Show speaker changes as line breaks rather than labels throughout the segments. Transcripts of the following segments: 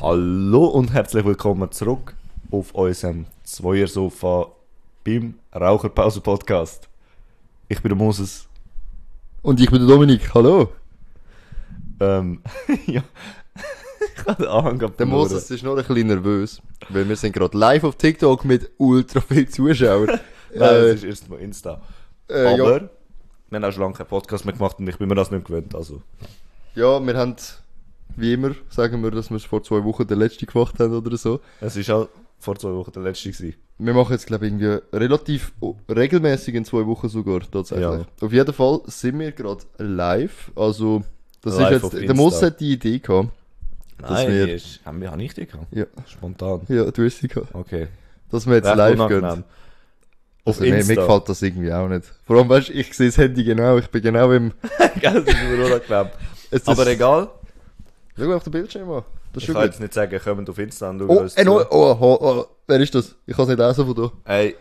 Hallo und herzlich willkommen zurück auf unserem Zweiersofa beim Raucherpause-Podcast. Ich bin der Moses.
Und ich bin der Dominik, hallo.
Ähm, ja, ich habe den Anhang gerade
Der
verloren.
Moses ist noch ein bisschen nervös, weil wir sind gerade live auf TikTok mit ultra viel Zuschauern.
Nein,
Äh,
das ist erst mal Insta.
äh, ja.
Aber wir haben auch schon lange keinen Podcast mehr gemacht und ich bin mir das nicht gewöhnt. Also,
Ja, wir haben, wie immer, sagen wir, dass wir vor zwei Wochen den letzten gemacht haben oder so.
es war auch vor zwei Wochen der letzte. Gewesen.
Wir machen jetzt, glaube ich, irgendwie relativ o- regelmäßig in zwei Wochen sogar, tatsächlich.
Ja.
Auf jeden Fall sind wir gerade live, also das
Live
ist
auf
jetzt, der
Insta.
Moses hat die Idee gehabt.
Nein,
wir-
die ist, haben wir auch nicht die gehabt.
Ja,
Spontan.
ja du hast sie gehabt.
Okay.
Dass wir jetzt
Recht
live
unangenehm.
gehen.
Auf
Also, mir, mir
Insta.
gefällt das irgendwie auch nicht. Vor allem, weißt du, ich sehe das Handy genau, ich bin genau im...
Gell, das ist mir unangenehm.
Es
Aber
ist-
egal.
Schau mal auf den Bildschirm an. Das ist
Ich
schon
kann
gut.
jetzt nicht sagen, kommt auf Insta und schaut
Oh,
uns
äh,
zu.
oh, oh, oh, oh, wer ist das? Ich kann es nicht lesen von da.
Ey,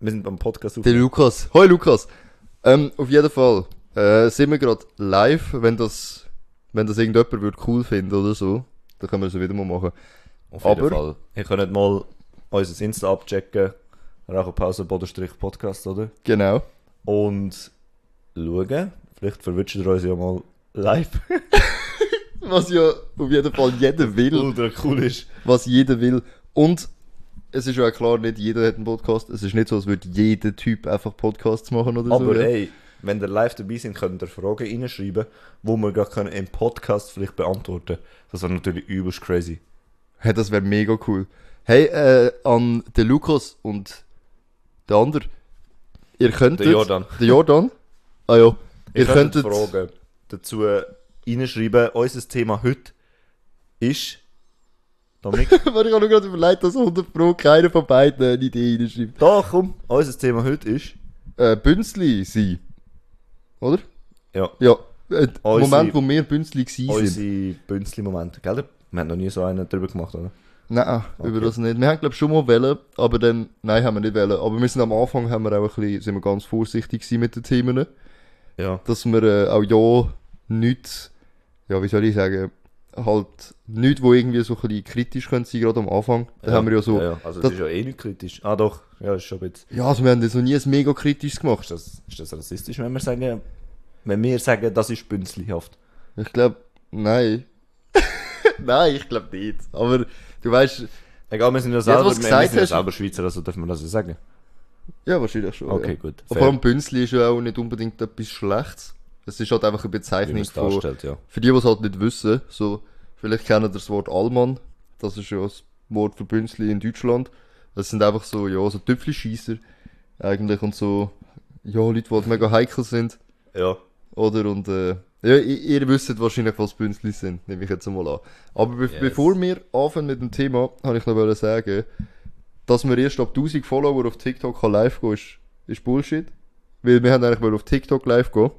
wir sind beim Podcast auf.
Der Lukas. Hoi Lukas. Ähm, auf jeden Fall äh, sind wir gerade live, wenn das, wenn das irgendjemand würde cool finden oder so. Dann können wir es wieder mal machen.
Auf jeden
aber-
Fall. Ihr könnt mal unser Insta abchecken. Raucherpause, Bodenstrich Podcast, oder?
Genau.
Und schauen. Vielleicht verwünscht ihr uns ja mal live.
Was ja auf jeden Fall jeder will.
Ultra cool ist.
Was jeder will. Und es ist ja auch klar, nicht jeder hat einen Podcast. Es ist nicht so, als würde jeder Typ einfach Podcasts machen oder so.
Aber
Also, ja.
ey, wenn ihr live dabei sind, könnt ihr Fragen reinschreiben, die wir gerade können im Podcast vielleicht beantworten können. Das wäre natürlich übelst crazy.
Hey, das wäre mega cool. Hey, äh, an den Lukas und den anderen. Ihr könntet.
Der Jordan.
Der Jordan? Ah ja. Ihr,
Ihr könnt
könntet.
Fragen dazu reinschreiben. Unser Thema heute ist. Dominik?
Warte, ich habe nur gerade überlegt, dass 100 Pro keiner von beiden eine Idee reinschreibt.
da, komm. Unser Thema heute ist.
Äh, Bünzli sein. Oder?
Ja,
Ja. Äh, der
Unsere-
Moment, wo wir Bünzli gewesen sind.
unsere Bünzli-Momente, gell? Wir haben noch nie so einen drüber gemacht, oder?
Nein, ah, über das nicht. Wir haben, glaube ich, schon mal wählen, aber dann. Nein, haben wir nicht wählen. Aber wir sind am Anfang haben wir auch ein bisschen, sind wir ganz vorsichtig gewesen mit den Themen.
Ja.
dass wir äh, auch ja nichts, ja, wie soll ich sagen, halt nichts, wo irgendwie so ein bisschen kritisch können sein, gerade am Anfang. Da haben wir ja so,
Ja,
ja,
ja. Also, das, ist
das-
ja eh nicht kritisch. Ah, doch. Ja, ist schon ein bisschen.
also wir haben das noch nie ein mega kritisches
Ist
gemacht.
das, ist das rassistisch, wenn wir sagen. Wenn wir sagen, das ist bünzlihaft?
Ich glaube, nein. nein, ich glaube nicht. Aber du weißt,
Egal, wir sind ja
was
selber,
du
wir, wir
gesagt
sind ja
hast-
selber Schweizer, also dürfen wir das ja sagen.
ja, wahrscheinlich schon.
Okay,
ja.
gut.
Und
Fair.
Vor allem Bünzli ist ja auch nicht unbedingt etwas Schlechtes. Es ist halt einfach eine
Wie man
Bezeichnung
es
von,
darstellt, ja.
für die, die es halt nicht wissen, so, vielleicht kennen ihr das Wort Allmann, das ist ja das Wort für Bünzli in Deutschland. Das sind einfach so, ja, so Tüpfelscheisser eigentlich und so, ja, Leute, die halt mega heikel sind,
Ja.
oder, und, äh, ja, i- ihr wisst wahrscheinlich, was Bünzli sind, nehme ich jetzt mal an. Aber be
Yes.
bevor wir anfangen mit dem Thema, habe ich noch wollen sagen, dass wir erst ab 1000 Follower auf TikTok kann live gehen ist, ist Bullshit. Weil wir haben eigentlich wollen auf TikTok live gehen.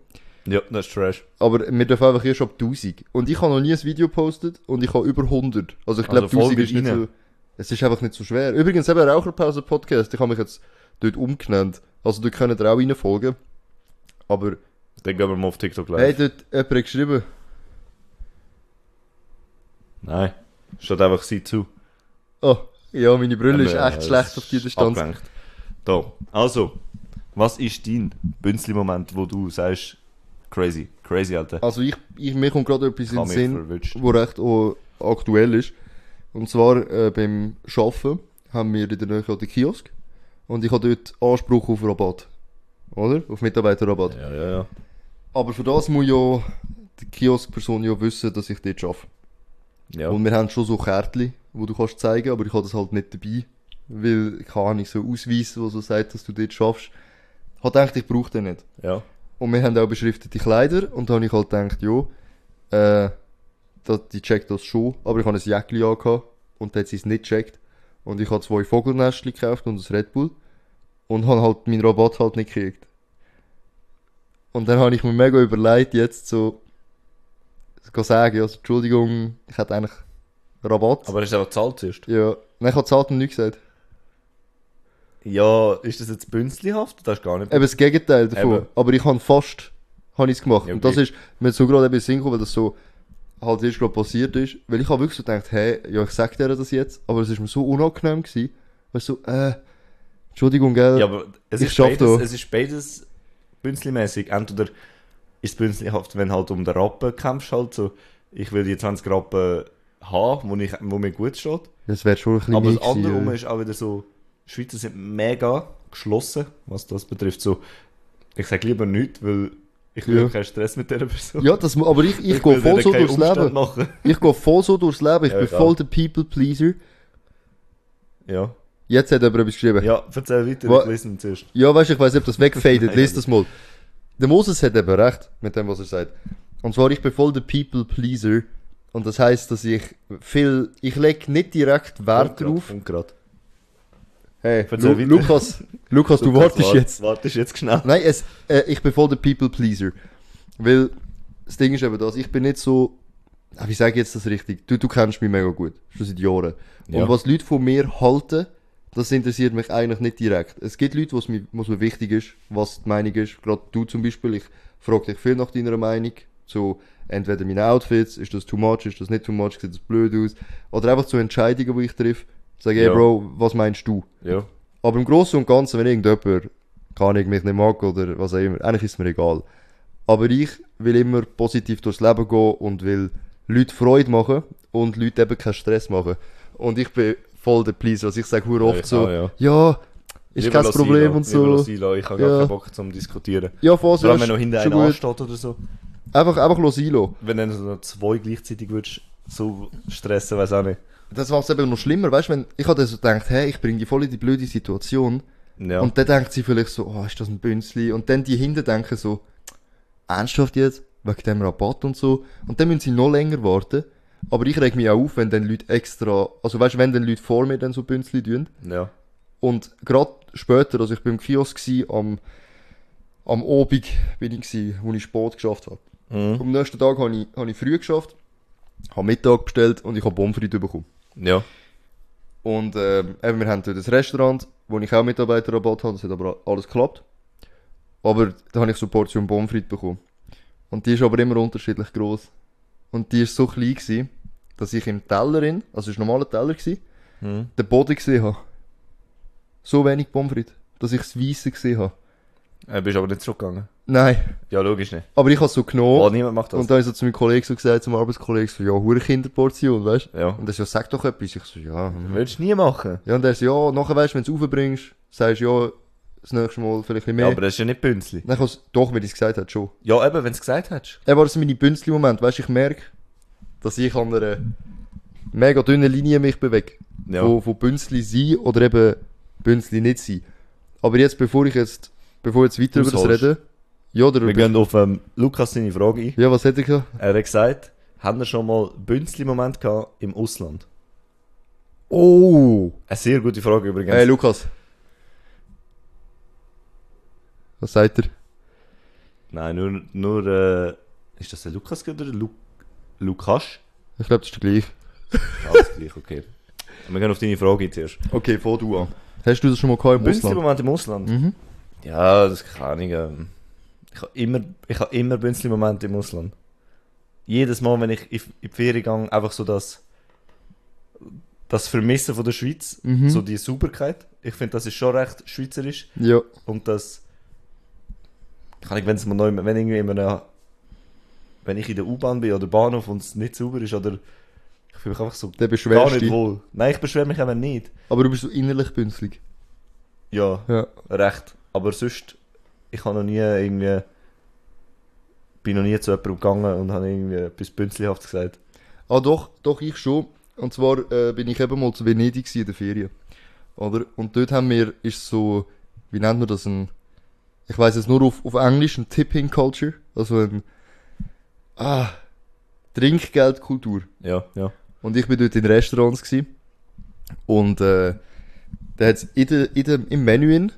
Ja, das ist trash.
Aber wir dürfen einfach erst ab 1000. Und ich habe noch nie ein Video gepostet und ich habe über 100. Also ich
Also
glaube,
voll
1000 ist
mit
nicht
rein.
so. Es ist einfach nicht so schwer. Übrigens, eben Raucherpause-Podcast, ich habe mich jetzt dort umgenannt. Also dort könnt ihr auch reinfolgen. Aber,
Dann gehen wir mal auf TikTok live.
hey, dort jemand hat geschrieben.
Nein. Steht einfach sie zu.
Oh, ja, meine Brille ist
Ja,
echt
es
schlecht auf die Distanz.
abgelenkt. Da. Also, was ist dein Bünzli-Moment, wo du sagst, crazy, crazy, Alter?
Also ich, ich, mir kommt gerade etwas in
Kann
den
mich
Sinn.
verwünscht.
wo recht auch aktuell ist. Und zwar äh, beim Arbeiten haben wir in der Nähe den Kiosk und ich habe dort Anspruch auf Rabatt. Oder? Auf Mitarbeiterrabatt.
Ja, ja, ja.
Aber für das muss ja die Kioskperson ja wissen, dass ich dort arbeite.
Ja,
Und wir haben schon so Kärtchen, wo du kannst zeigen, aber ich habe das halt nicht dabei, weil keine Ahnung, so Ausweis, wo so sagt, dass du dort schaffst. Hat gedacht, ich brauche den nicht.
ja.
Und wir haben auch beschriftete Kleider und da habe ich halt gedacht, jo, äh, da, die checkt das schon, aber ich habe ein Jäckli angehabt und da hat sie es nicht gecheckt. Und ich habe zwei Vogelnestchen gekauft und ein Red Bull und habe halt meinen Rabatt halt nicht gekriegt. Und dann habe ich mir mega überlegt, jetzt so, zu sagen, also Entschuldigung, ich hätte eigentlich Rabatt.
Aber hast du einfach gezahlt zuerst?
ja, nein, ich habe zahlt und nichts gesagt.
Ja, ist das jetzt bünzlihaft? Das ist gar nicht.
Eben das Gegenteil davon.
Eben.
Aber ich habe fast hab ich's gemacht.
Ja,
Und das
okay.
ist mir so gerade eben Sinn gekommen, weil das so halt erst gerade passiert ist, weil ich habe wirklich so gedacht, hey, ja, ich sag dir das jetzt, aber es ist mir so unangenehm gewesen, weißt du, so, äh, Entschuldigung, gell?
Ja, aber es
Ich
ist,
schaff
beides,
doch.
es ist beides bünzlimäßig. Entweder ist es bünzlihaft, wenn halt um den Rappen kämpfst, halt so, ich will die 20 Rappen haben, wo, ich, wo mir gut steht.
das wäre schon ein bisschen
Aber das
mies gewesen,
andere rum
ja.
ist auch wieder so, Schweizer sind mega geschlossen, was das betrifft. So, ich sage lieber nichts, weil ich will
Ja.
keinen Stress mit dieser Person.
Ja, das, mu- aber ich, ich,
will
gehe voll
denen
so
keine
durchs
Umstände
Leben.
Machen.
Ich gehe voll so durchs Leben. Ich
Ja,
bin
egal.
voll der People-Pleaser.
Ja.
Jetzt hat jemand etwas geschrieben. Ja,
ja, erzähl weiter,
Wo-
ich lese ihn zuerst.
weißt du, ich weiß nicht, ob das wegfadet. Lies das mal. Der Moses hat eben recht mit dem, was er sagt. Und zwar, ich bin voll der People-Pleaser. Und das heißt, dass ich viel. Ich lege nicht direkt Wert drauf.
Und gerade.
Hey,
Erzähl
Lu
weiter.
Lukas, Lukas, du wartest
wart-
jetzt.
Wartest jetzt schnell.
Nein, es, äh, ich bin voll der People-Pleaser. Weil das Ding ist eben das, ich bin nicht so. Ah, Wie sage ich jetzt das richtig? Du, du kennst mich mega gut, schon seit Jahren.
Ja.
Und was Leute von mir halten, das interessiert mich eigentlich nicht direkt. Es gibt Leute, was mir, was mir wichtig ist, was die Meinung ist. Gerade du zum Beispiel, ich frage dich viel nach deiner Meinung. So, entweder meine Outfits, ist das too much, ist das nicht too much, sieht das blöd aus. Oder einfach zu Entscheidungen, die ich treffe. Sage, hey
Ja.
Bro, was meinst du?
Ja.
Aber im Großen und Ganzen, wenn irgendjemand kann ich mich nicht mag oder was auch immer, eigentlich ist es mir egal. Aber ich will immer positiv durchs Leben gehen und will Leute Freude machen und Leute eben keinen Stress machen. Und ich bin voll der Pleaser. Also ich sage hure oft
ich
so,
auch, ja.
ja, ist kein
lass ihn
Problem
lassen,
und
lieber
so.
lass ihn lassen, Ich habe
Ja.
gar keinen Bock zum Diskutieren.
Ja, voll so.
Vor allem,
ist
wenn noch hinter
schon
einer
gut.
ansteht oder so.
Einfach, einfach los einlassen.
Wenn du noch zwei gleichzeitig würdest, so stressen, weiß auch nicht.
Das macht es eben noch schlimmer, weißt du, wenn ich habe dann so gedacht, hey, ich bringe die voll in die blöde Situation.
Ja.
Und dann denkt sie vielleicht so, oh, ist das ein Bünzli? Und dann die hinten denken so, ernsthaft jetzt? Wegen dem Rabatt und so. Und dann müssen sie noch länger warten. Aber ich reg mich auch auf, wenn dann Leute extra, also weißt du, wenn dann Leute vor mir dann so Bünzli tun.
ja.
Und gerade später, also ich bin im Kiosk gsi, am, am Obig bin ich gsi, wo ich Sport geschafft habe.
Mhm.
Am nächsten Tag habe ich, habe ich früh geschafft, habe Mittag bestellt und ich habe Bonfried bekommen.
Ja.
Und ähm, eben, wir haben dort ein Restaurant, wo ich auch Mitarbeiterrabatt habe, das hat aber alles geklappt. Aber da habe ich so eine Portion Pommes frites bekommen. Und die ist aber immer unterschiedlich groß. Und die ist so klein gewesen, dass ich im Tellerin, also es war ein normaler Teller, gewesen,
Mhm.
den Boden gesehen habe. So wenig Pommes frites, dass ich das Weisse gesehen habe.
Du Äh, bist aber nicht zurückgegangen.
Nein,
Ja, logisch nicht.
aber ich habe es so genommen.
Oh, niemand macht das.
Und dann habe ich so zu meinem Kollegen so gesagt, zum Arbeitskollegen, so, ja, hure Kinderportion, weißt du?
Ja.
Und er so, sag doch etwas. Ich so, ja, hm.
Würdest du nie machen.
Ja, und der ist ja, nachher weißt du, wenn du es aufbringst, sagst du ja, das nächste Mal vielleicht ein bisschen
Ja,
mehr.
aber das ist ja nicht Bünzli.
Dann kannst du- doch, wie ich es gesagt hat schon.
Ja, eben, wenn du es gesagt hättest.
Aber das sind meine Bünzli-Momente, weißt du, ich merke, dass ich an einer mega dünnen Linie mich bewege.
Ja.
Von, von Bünzli sein oder eben Bünzli nicht sein. Aber jetzt, bevor ich jetzt, bevor ich jetzt weiter über das
Ausholst.
rede, ja, oder
Wir
über,
gehen auf ähm, Lukas seine Frage ein.
ja, was hätte ich gesagt?
Er hat gesagt, haben wir schon mal Bünzli-Moment gehabt im Ausland?
Oh!
Eine sehr gute Frage übrigens.
Hey, Lukas. Was sagt er?
Nein, nur, nur äh, ist das der Lukas oder der Lu Lukas?
Ich glaube, das ist der gleiche.
Alles gleich, okay. Wir gehen auf deine Frage ein zuerst.
Okay, vor du an. Hast du das schon mal gehabt im Ausland? Mhm.
Bünzli-Moment im Ausland? Ja, das kann ich. Ähm, ich habe immer, ich habe immer Bünzli-Momente im Ausland. Jedes Mal, wenn ich in in die Ferien gehe, einfach so das, das Vermissen von der Schweiz,
Mhm.
so die Sauberkeit. Ich finde, das ist schon recht schweizerisch.
Ja.
Und das kann ich, wenn es mal neu, wenn irgendwie in einem, wenn ich in der U-Bahn bin oder Bahnhof und es nicht sauber ist oder ich fühle mich einfach so gar
Der beschwerst
nicht
dich.
wohl. Nein, ich beschwere mich eben nicht.
Aber du bist so innerlich bünzlig.
Ja,
Ja.
recht. Aber sonst, ich habe noch nie irgendwie, bin noch nie zu jemandem gegangen und habe irgendwie etwas bünzlihaft gesagt.
Ah doch, doch, ich schon. Und zwar äh, bin ich eben mal zu Venedig gsi in der Ferien. Oder? Und dort haben wir, ist so, wie nennt man das, ein, ich weiß es nur auf, auf Englisch, ein Tipping Culture. Also ein, ah, Trinkgeldkultur.
Ja, ja.
Und ich bin dort in Restaurants gsi Und äh, da hat's in der, in dem, im Menü in,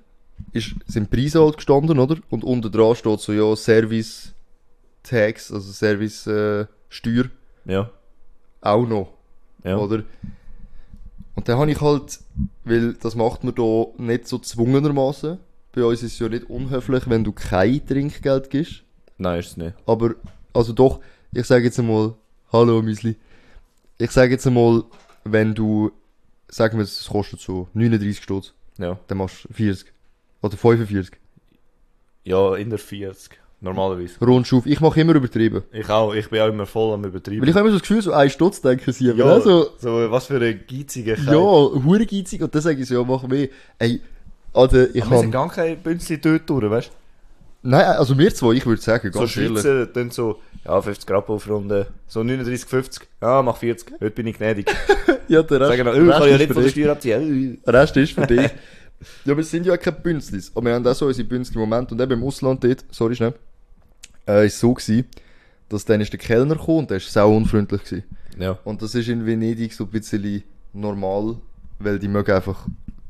ist, sind Preise halt gestanden, oder? Und unten dran steht so, ja, Service Tax, also Service äh, Steuer
Ja,
auch noch,
ja.
oder? Und dann habe ich halt, weil das macht man da nicht so zwungenermaßen. Bei uns ist es ja nicht unhöflich, wenn du kein Trinkgeld gibst.
Nein, ist es nicht.
Aber, also doch, ich sage jetzt einmal, Hallo Müsli. Ich sage jetzt einmal, wenn du, sagen wir, es kostet so 39 Stutz,
Ja.
dann machst du 40. Oder 45.
Ja, in der 40. Normalerweise.
Rundschuf. Ich mache immer übertrieben.
Ich auch. Ich bin auch immer voll am
Weil
Übertreiben.
ich habe immer so das Gefühl, so ein Stutz denken sie. Ja.
Ja,
Also,
so, was für eine geizige
ja, hure geizig. Und dann sage ich so, ja, mach mehr. Ey, Alter, ich
Ich wir sind
kann...
gar keine Bünzli dort durch, weißt du?
Nein, also wir zwei, ich würde sagen,
So
ganz ehrlich.
Schweizer dann so, ja, 50 Rappen aufrunden. So 39, 50. Ja, mach 40. Heute bin ich gnädig.
Ja, der Rest,
Sagen noch, äh, ich kann ja
ist
nicht
für
von der
dich.
Steuer abziehen.
Der Rest ist für dich. ja, aber es sind ja keine Bünzlis. Aber wir haben auch so unsere Bünzli Momente. Und eben im Ausland dort, sorry schnell, äh, ist so gewesen, dass dann ist der Kellner gekommen und der ist sau unfreundlich gewesen.
Ja.
Und das ist in Venedig so ein bisschen normal, weil die mögen einfach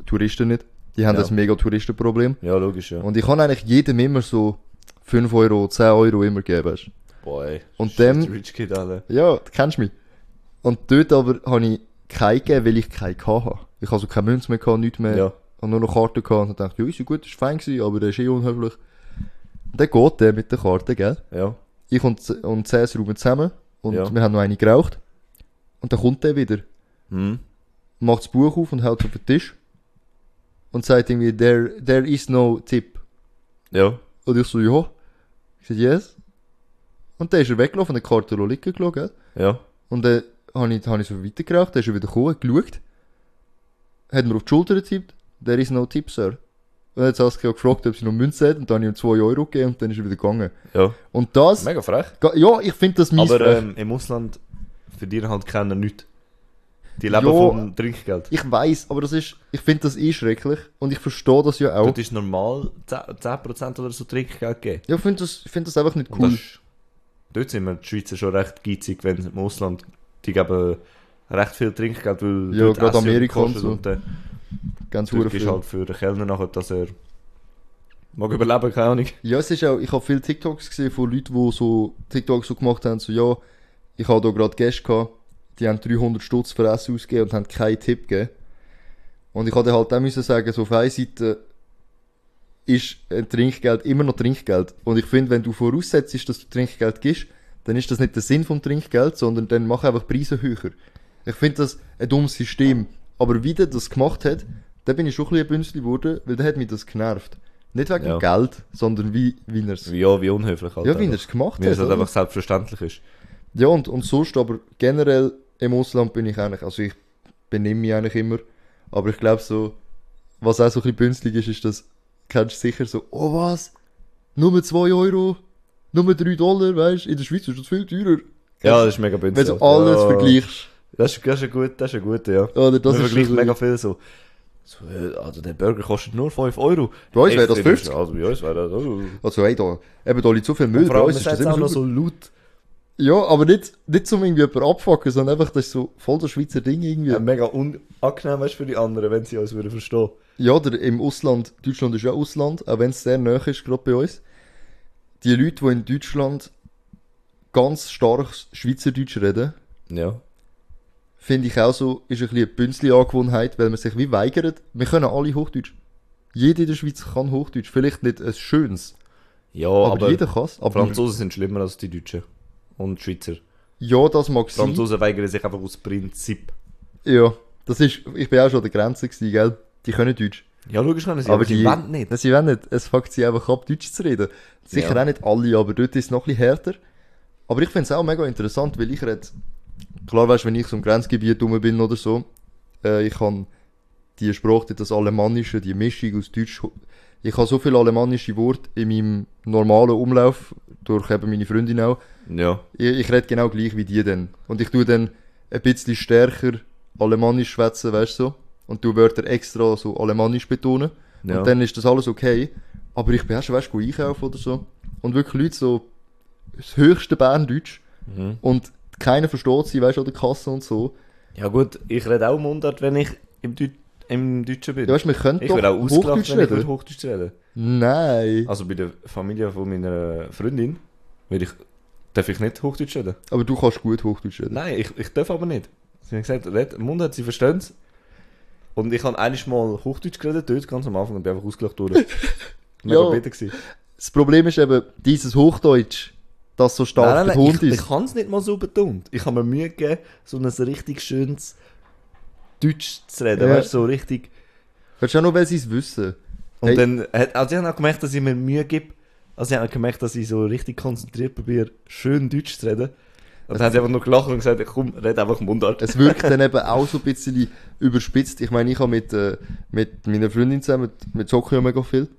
Touristen nicht. Die haben
Ja.
das mega Touristenproblem.
Ja, logisch, ja.
Und ich kann eigentlich jedem immer so 5 Euro, 10 Euro immer geben. Weißt.
Boah, ey.
Und
Shit,
dem-
Rich Kid, alle.
du. Ja, du kennst mich. Und dort aber habe ich keine gegeben, weil ich keine hatte. Ich habe also keine Münze mehr, gehabt, nichts mehr.
Ja.
Und nur noch Karten gehabt und dann dachte, ja, ist ja gut, ist fein gewesen, aber der ist eh unhöflich. Und dann geht der mit der Karte, gell?
Ja.
Ich und, Z- und CS räumen zusammen und
Ja.
wir haben noch eine geraucht. Und dann kommt der wieder,
Hm.
macht das Buch auf und hält auf den Tisch und sagt irgendwie, there, there is no tip.
Ja.
Und ich so, ja. Ich sag, yes. Und dann ist er weggelaufen und hat die Karte liegen gelassen, gell?
Ja.
Und dann habe ich, hab ich so weitergeraucht, dann ist er wieder gekommen, hat geschaut, hat mir auf die Schulter getippt, there is no tip, sir. Und dann hat Saskia gefragt, ob sie noch Münze hat, und dann habe ich ihm 2 Euro gegeben und dann ist er wieder gegangen.
Ja.
Und das,
Mega frech.
ga- ja, ich finde das mies.
Aber
frech.
ähm, im Ausland verdienen halt keiner nichts. Die leben
Ja.
vom Trinkgeld.
ich weiß, aber das ist, ich finde das eh schrecklich und ich verstehe das ja auch.
Dort ist normal 10%, 10 oder so Trinkgeld gegeben.
Ja, ich finde das, ich find das einfach nicht
Und
cool.
das ist- Dort sind wir die Schweizer schon recht geizig, wenn im Ausland die geben recht viel Trinkgeld, weil
Ja,
dort
gerade
Essen
Amerika und
kostet
so.
und dann
Ganz
dort
hure
gibst
viel.
halt für den Kellner nachher, dass er mag überleben, keine Ahnung.
Ja, es ist auch, ich habe viele TikToks gesehen von Leuten, die so TikToks so gemacht haben, so, ja, ich habe da gerade Gäste gehabt, die haben 300 Stutz für Essen ausgegeben und haben keinen Tipp gegeben. Und ich hatte halt auch müssen sagen, so auf einer Seite ist ein Trinkgeld immer noch Trinkgeld. Und ich finde, wenn du voraussetzt, dass du Trinkgeld gibst, dann ist das nicht der Sinn vom Trinkgeld, sondern dann mach einfach Preise höher. Ich finde das ein dummes System. Aber wie der das gemacht hat, da bin ich schon ein bisschen ein Bünzli geworden, weil der hat mich das genervt. Nicht wegen
Ja.
Geld, sondern wie, wie er es
Ja, wie unhöflich halt.
ja, wie er
einfach.
es gemacht
Wie es
hat.
halt
oder?
einfach selbstverständlich ist.
Ja, und, und sonst, aber generell im Ausland bin ich eigentlich, also ich benehme mich eigentlich immer, aber ich glaube so, was auch so ein bisschen bünzlig ist, ist, dass, kennst du sicher so, oh was, nur 2 Euro, nur 3 Dollar, weißt du, in der Schweiz ist das viel teurer.
Ja, das ist mega
Wenn
günstig.
du alles
ja.
vergleichst.
Das ist, das ist ein guter, das ist ein guter, ja.
Oder das
Man
ist
vergleicht
schon so-
mega viel so. so äh, also der Burger kostet nur 5 Euro.
Bei uns wäre das
Ich finde,
50.
Also bei uns wäre das... Oh.
Also hey, da, eben da liegt so viel Müll,
Und vor
bei
allem,
uns
es
ist
ist
das
auch
immer
noch
so.
so laut.
Ja, aber nicht, nicht zum irgendwie jemanden abfucken, sondern einfach, das ist so voll das Schweizer Ding irgendwie.
Ja. äh, Mega unangenehm ist für die anderen, wenn sie uns würden verstehen.
Ja, oder im Ausland, Deutschland ist ja Ausland, auch wenn es sehr nah ist, gerade bei uns. Die Leute, die in Deutschland ganz stark Schweizerdeutsch reden,
Ja.
finde ich auch so, ist ein bisschen eine Bünzli-Angewohnheit, weil man sich wie weigert. Wir können alle Hochdeutsch. Jeder in der Schweiz kann Hochdeutsch. Vielleicht nicht ein schönes,
Ja,
aber,
aber,
jeder kann es. Aber
Franzosen sind schlimmer als die Deutschen. Und die Schweizer.
ja, das mag sein.
Franzosen weigern sich einfach aus Prinzip.
Ja, das ist, ich bin auch schon an der Grenze gewesen, gell? Die können Deutsch.
Ja, logisch können sie,
aber die
wollen nicht.
Nein, sie wollen nicht. Es fuckt sie einfach ab, Deutsch zu reden. Sicher
Ja.
auch nicht alle, aber dort ist es noch ein bisschen härter. Aber ich finde es auch mega interessant, weil ich rede... Klar weißt wenn ich so im Grenzgebiet rum bin oder so, äh, ich kann die Sprache, das Alemannische, die Mischung aus Deutsch... Ich habe so viele alemannische Worte in meinem normalen Umlauf, durch eben meine Freundin auch,
Ja.
ich, ich rede genau gleich wie die dann. Und ich tue dann ein bisschen stärker Alemannisch schwätzen, weißt du so. Und du Wörter extra so Alemannisch betonen.
Ja.
Und dann ist das alles okay. Aber ich bin auch schon, weißt du, einkaufen oder so. Und wirklich Leute so, das höchste Berndeutsch.
Mhm.
Und keiner versteht sie, weißt du, an der Kasse und so.
Ja gut, ich rede auch Mundart, wenn ich im, Deut im Deutschen bin.
Ja, weißt du, wir können
ich
doch
werde auch ausgelacht,
Hochdeutsch
wenn ich
reden.
würde Hochdeutsch reden
Nein.
Also bei der Familie von meiner Freundin würde ich, darf ich nicht Hochdeutsch reden.
Aber du kannst gut Hochdeutsch reden.
Nein, ich, ich darf aber nicht. Sie haben gesagt, red, Mundart, sie verstehen es. Und ich habe einiges Mal Hochdeutsch geredet, dort ganz am Anfang, und bin einfach ausgelacht durch. Mega
Ja.
bitter gewesen.
Das Problem ist eben, dieses Hochdeutsch das so stark
Nein, nein, nein,
betont
ich, ich
ist.
kann es nicht mal so betont. Ich habe mir Mühe gegeben, so ein richtig schönes Deutsch zu reden.
Ja.
Weißt du, so richtig.
Willst du auch noch, wer es wissen?
Und
Hey.
dann hat, also ich habe auch gemerkt, dass ich mir Mühe gebe. Also ich habe auch gemerkt, dass ich so richtig konzentriert probiere, schön Deutsch zu reden. Und dann haben sie einfach nur gelacht und gesagt, komm, red einfach Mundart.
es wirkt dann eben auch so ein bisschen überspitzt. Ich meine, ich habe mit, äh, mit meiner Freundin zusammen, mit, mit Soccer mega viel.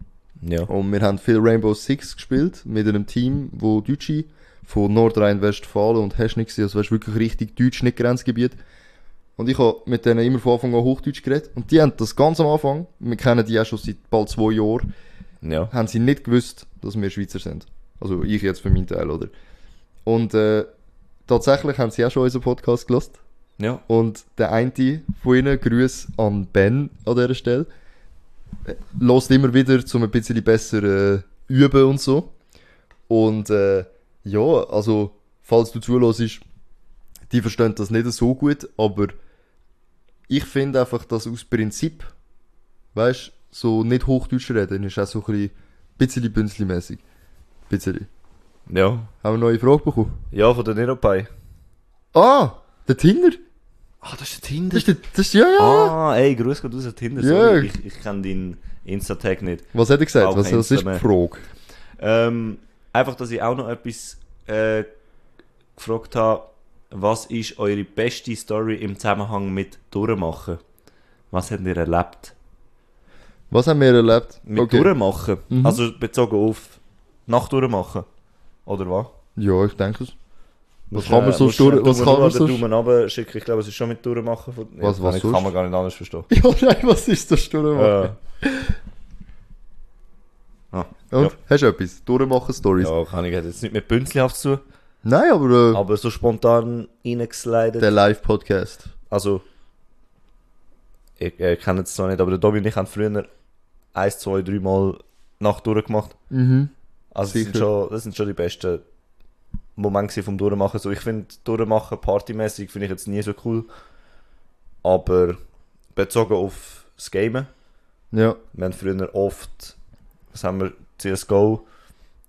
Ja.
Und wir haben viel Rainbow Six gespielt mit einem Team, wo Deutsche von Nordrhein-Westfalen und Heschnik sind, also weißt, wirklich richtig Deutsch, nicht Grenzgebiet. Und ich habe mit denen immer von Anfang an Hochdeutsch geredet. Und die haben das ganz am Anfang, wir kennen die ja schon seit bald zwei Jahren,
Ja.
haben sie nicht gewusst, dass wir Schweizer sind. Also ich jetzt für meinen Teil, oder? Und äh, tatsächlich haben sie auch schon unseren Podcast gelost.
Ja.
Und der eine von ihnen, Grüße an Ben an dieser Stelle, lost immer wieder, um ein bisschen besser äh, üben und so. Und äh, ja, also, falls du zulässt, die verstehen das nicht so gut, aber ich finde einfach, dass aus Prinzip, weißt so nicht Hochdeutsch reden, ist auch so ein bisschen, bisschen bünzlimässig. Bisschen.
Ja.
Haben wir eine neue Frage bekommen?
Ja, von den Europei.
Ah, der Tinder?
Ah, das ist der Tinder.
Das ist der, das ist, ja, ja, ja.
Ah, ey, grüß Gott aus der Tinder.
Ja.
Sorry, ich, ich kenne deinen Insta-Tag nicht.
Was hat er gesagt?
Auch
Was,
kein
was ist die
Insta ne?
Frage?
Ähm, einfach, dass ich auch noch etwas äh, gefragt habe. Was ist eure beste Story im Zusammenhang mit Durchmachen? Was habt ihr erlebt?
Was haben wir erlebt?
Mit Durchmachen?
Mhm.
Also bezogen auf nach Durchmachen? Oder was?
Ja, ich denke es. Was kann man sonst durch? Was kann man sonst?
Daumen runter schicken. Ich glaube, es ist schon mit Durchmachen. Von, Ja,
Was- was
kann ich-
sonst?
Kann man gar nicht anders verstehen.
Ja, nein, was ist das Durchmachen?
Ja. Ah,
Und? Hast du etwas? Durchmachen Stories?
ja, kann ich hat jetzt nicht mit Bünzli zu tun,
Nein, aber äh,
aber so spontan reingeslidet.
der Live-Podcast.
also, ich, äh, ich kenne es zwar nicht, aber der Domi und ich haben früher eins, zwei, dreimal Nacht durchgemacht.
Mhm.
Also, das sind,
Sicher.
schon, das sind schon die besten Momente gewesen vom Durchmachen. So, ich finde, Durchmachen partymäßig finde ich jetzt nie so cool. Aber bezogen auf das Gamen,
Ja.
wir haben früher oft, was haben wir, CSGO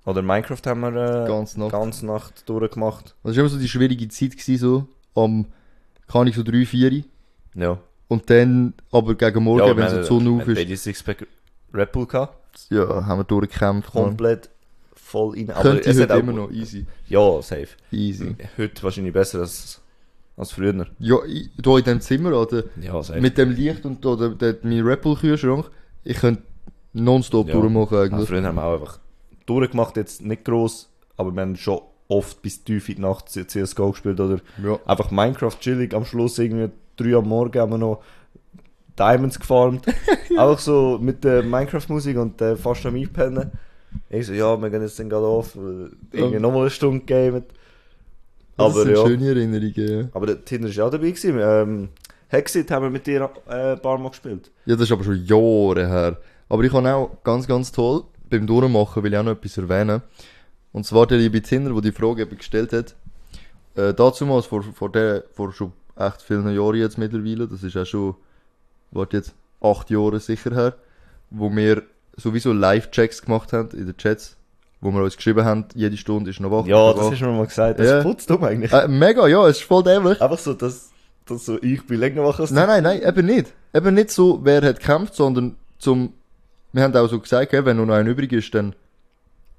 oder Minecraft haben wir äh,
Ganz Nacht.
ganze Nacht durchgemacht.
Das war immer so die schwierige Zeit, gewesen, so am, kann ich so drei, vier.
Ja.
Und dann, aber gegen morgen,
ja,
wenn so die Sonne auf ist,
Beide Sixpack Red Bull gehabt,
ja, haben wir durchgekämpft. Mann.
komplett voll rein.
Könnte ich
es hat
heute
auch- Mhm.
immer noch. Easy.
Ja, safe.
Easy.
Heute wahrscheinlich besser als, als früher.
Ja, ich, da in dem Zimmer, oder?
Ja, safe.
Mit dem Licht und da, da, da, mein Rappel-Kühlschrank, ich könnte nonstop
Ja.
durchmachen
ja,
eigentlich.
früher haben wir auch einfach durchgemacht, jetzt nicht gross, aber wir haben schon oft bis tief in die Nacht CSGO gespielt oder
Ja.
einfach Minecraft chillig. Am Schluss irgendwie 3 am Morgen haben wir noch Diamonds gefarmt. Auch so mit der Minecraft-Musik und äh, fast am Einpennen. Ich so, ja, wir gehen jetzt dann gerade auf. äh, Irgendwie
Ja.
nochmal eine Stunde gamen.
Das
Aber
sind
ja.
schöne Erinnerungen, ja.
Aber der Tinder ist auch dabei gewesen. Ähm, Hexit haben wir mit dir äh, ein paar Mal gespielt.
Ja, das ist aber schon Jahre her. Aber ich kann auch ganz, ganz toll beim Durchmachen, will ich auch noch etwas erwähnen. Und zwar der liebe Tinder, der die Frage eben gestellt hat. Äh, dazu mal, vor, vor, der, vor schon echt vielen Jahren jetzt mittlerweile, das ist auch schon, warte jetzt, acht Jahre sicher her, wo wir sowieso Live-Checks gemacht haben in den Chats, wo wir uns geschrieben haben, jede Stunde ist noch wach.
Ja,
noch
das
wach.
hast du mir mal gesagt. Das
Ja.
ist putzt um eigentlich.
Äh, mega, ja, es ist voll dämlich.
Einfach so, dass, dass so ich bin länger wach als du.
Nein, nein, nein, eben nicht. Eben nicht so, wer hat gekämpft, sondern zum. Wir haben auch so gesagt, gell, wenn nur noch ein übrig ist, dann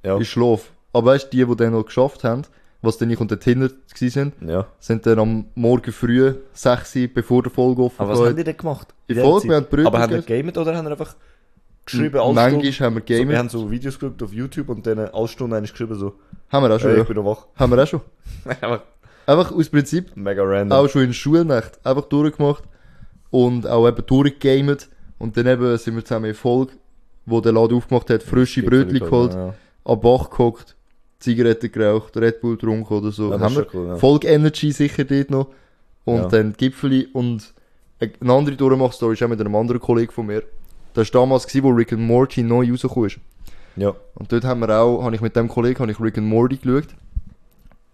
Ja.
ist Schlaf. Aber weißt du, die, die dann noch geschafft haben, was dann ich und der Tinder gsi sind,
ja.
sind dann am Morgen früh, 6 Uhr, bevor der Folge offen
Aber was habt ihr denn gemacht?
Die
In der
Folge, wir
Zeit?
haben Brötchen
Aber haben wir
gegessen.
gamet oder haben wir einfach geschrieben, alles
Manchmal
durch?
haben wir
So,
Gamer.
wir haben so Videos geguckt auf YouTube und dann eine Stunde eigentlich geschrieben so,
haben wir auch schon,
äh,
ja.
ich bin noch wach.
Haben wir auch schon.
Einfach
Einfach aus Prinzip,
Mega random.
auch schon in der Schulnacht, einfach durchgemacht und auch eben durchgegamet. Und dann eben sind wir zusammen in Folge, wo der Laden aufgemacht hat, frische Brötchen geholt.
Ja.
am Bach gehockt, Zigaretten geraucht, Red Bull getrunken oder so.
Ja, das
haben
ist
wir
schon cool, ja.
Folk Energy sicher dort noch. Und
Ja.
dann Gipfeli und eine andere Durchmachstory ist auch mit einem anderen Kollegen von mir. Das war damals, gewesen, wo Rick and Morty neu rausgekommen ist.
ja.
Und dort haben wir auch, habe ich mit dem Kollegen habe ich Rick and Morty geschaut.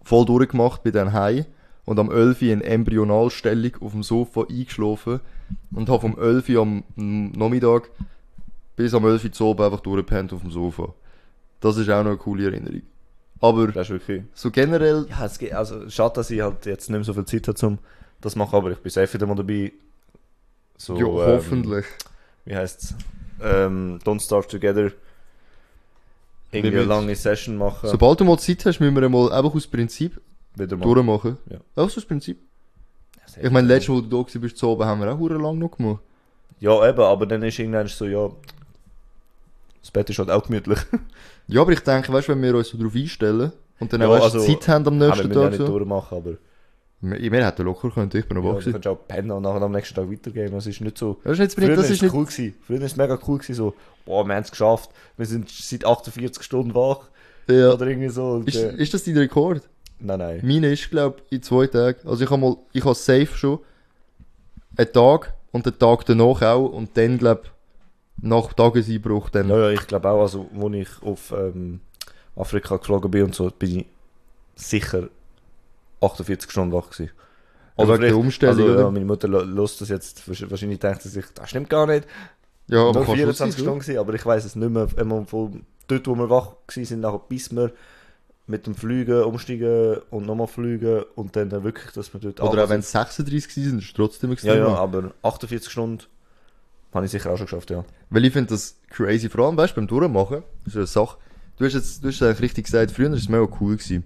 Voll durchgemacht bei den Hai und am 11 Uhr in Embryonalstellung auf dem Sofa eingeschlafen und habe vom 11 Uhr am Nachmittag bis am 11 Uhr zu oben einfach durchgepennt auf dem Sofa. Das ist auch noch eine coole Erinnerung. Aber
Das ist wirklich...
so generell,
Ja, es geht, also schade, dass ich halt jetzt nicht mehr so viel Zeit habe, um das zu machen, aber ich bin safe wieder mal dabei. So,
ja,
ähm,
hoffentlich.
Wie heißt's? Ähm, Don't Starve Together. Irgendwie
Wir
eine
müssen-
lange Session machen.
Sobald du mal Zeit hast, müssen wir einmal einfach aus Prinzip
wieder mal.
durchmachen.
Ja.
Einfach aus Prinzip. Ich meine, letztes Mal, wo du da gewesen bist, so oben, haben wir auch hure lang noch gemacht.
Ja, eben, aber dann ist irgendwann so, ja. Das Bett ist halt auch gemütlich.
Ja, aber ich denke, weißt du, wenn wir uns so drauf einstellen und dann
Ja,
auch weißt,
also-
Zeit haben am
Nein, wir
nächsten
müssen ja
Tag.
nicht
So.
durchmachen, aber.
Wir, wir hätten locker können, ich
Ja,
bin aber
du
wach. gewesen.
kannst auch pennen und nachher am nächsten Tag weitergehen. Das ist nicht so.
Weißt du, jetzt bin
Früher
ich, das ist
ist es
nicht.
cool gewesen. Früher ist es mega cool gewesen, so, boah, wir haben es geschafft. Wir sind seit 48 Stunden wach.
Ja.
Oder irgendwie so. Und,
Ist,
äh,
ist das dein Rekord?
nein, nein.
Meine ist, glaube ich, in zwei Tagen. Also ich habe mal, ich habe safe schon einen Tag und den Tag danach auch und dann, glaube ich, nach Tageseinbruch dann.
Ja, ja, ich glaube auch, also, wo ich auf ähm, Afrika geflogen bin und so, bin ich sicher 48 Stunden wach gewesen.
wegen der
vielleicht-
Umstellung,
also,
oder?
Ja, meine Mutter lo- lässt das jetzt, wahrsch- wahrscheinlich denkt sie sich, das stimmt gar nicht.
Ja, aber
Nur
kannst du
24
sein,
Stunden gewesen, aber ich weiß es nicht mehr. Einmal von dort, wo wir wach waren, sind, nachher bis wir mit dem Fliegen umsteigen und nochmal fliegen und dann wirklich, dass wir dort...
oder? Oder auch
ankommen
wenn es 36 sind, ist es trotzdem
sind. Also- Ja, ja,
extrem. lang.
aber 48 Stunden habe ich sicher auch schon geschafft, ja.
Weil ich finde das crazy, vor allem, weißt du, beim Durchmachen, das ist eine Sache. Du hast jetzt, du hast es eigentlich richtig gesagt, früher war es mega cool. Gewesen.